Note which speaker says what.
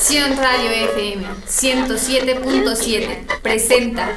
Speaker 1: Sion Radio FM 107.7 presenta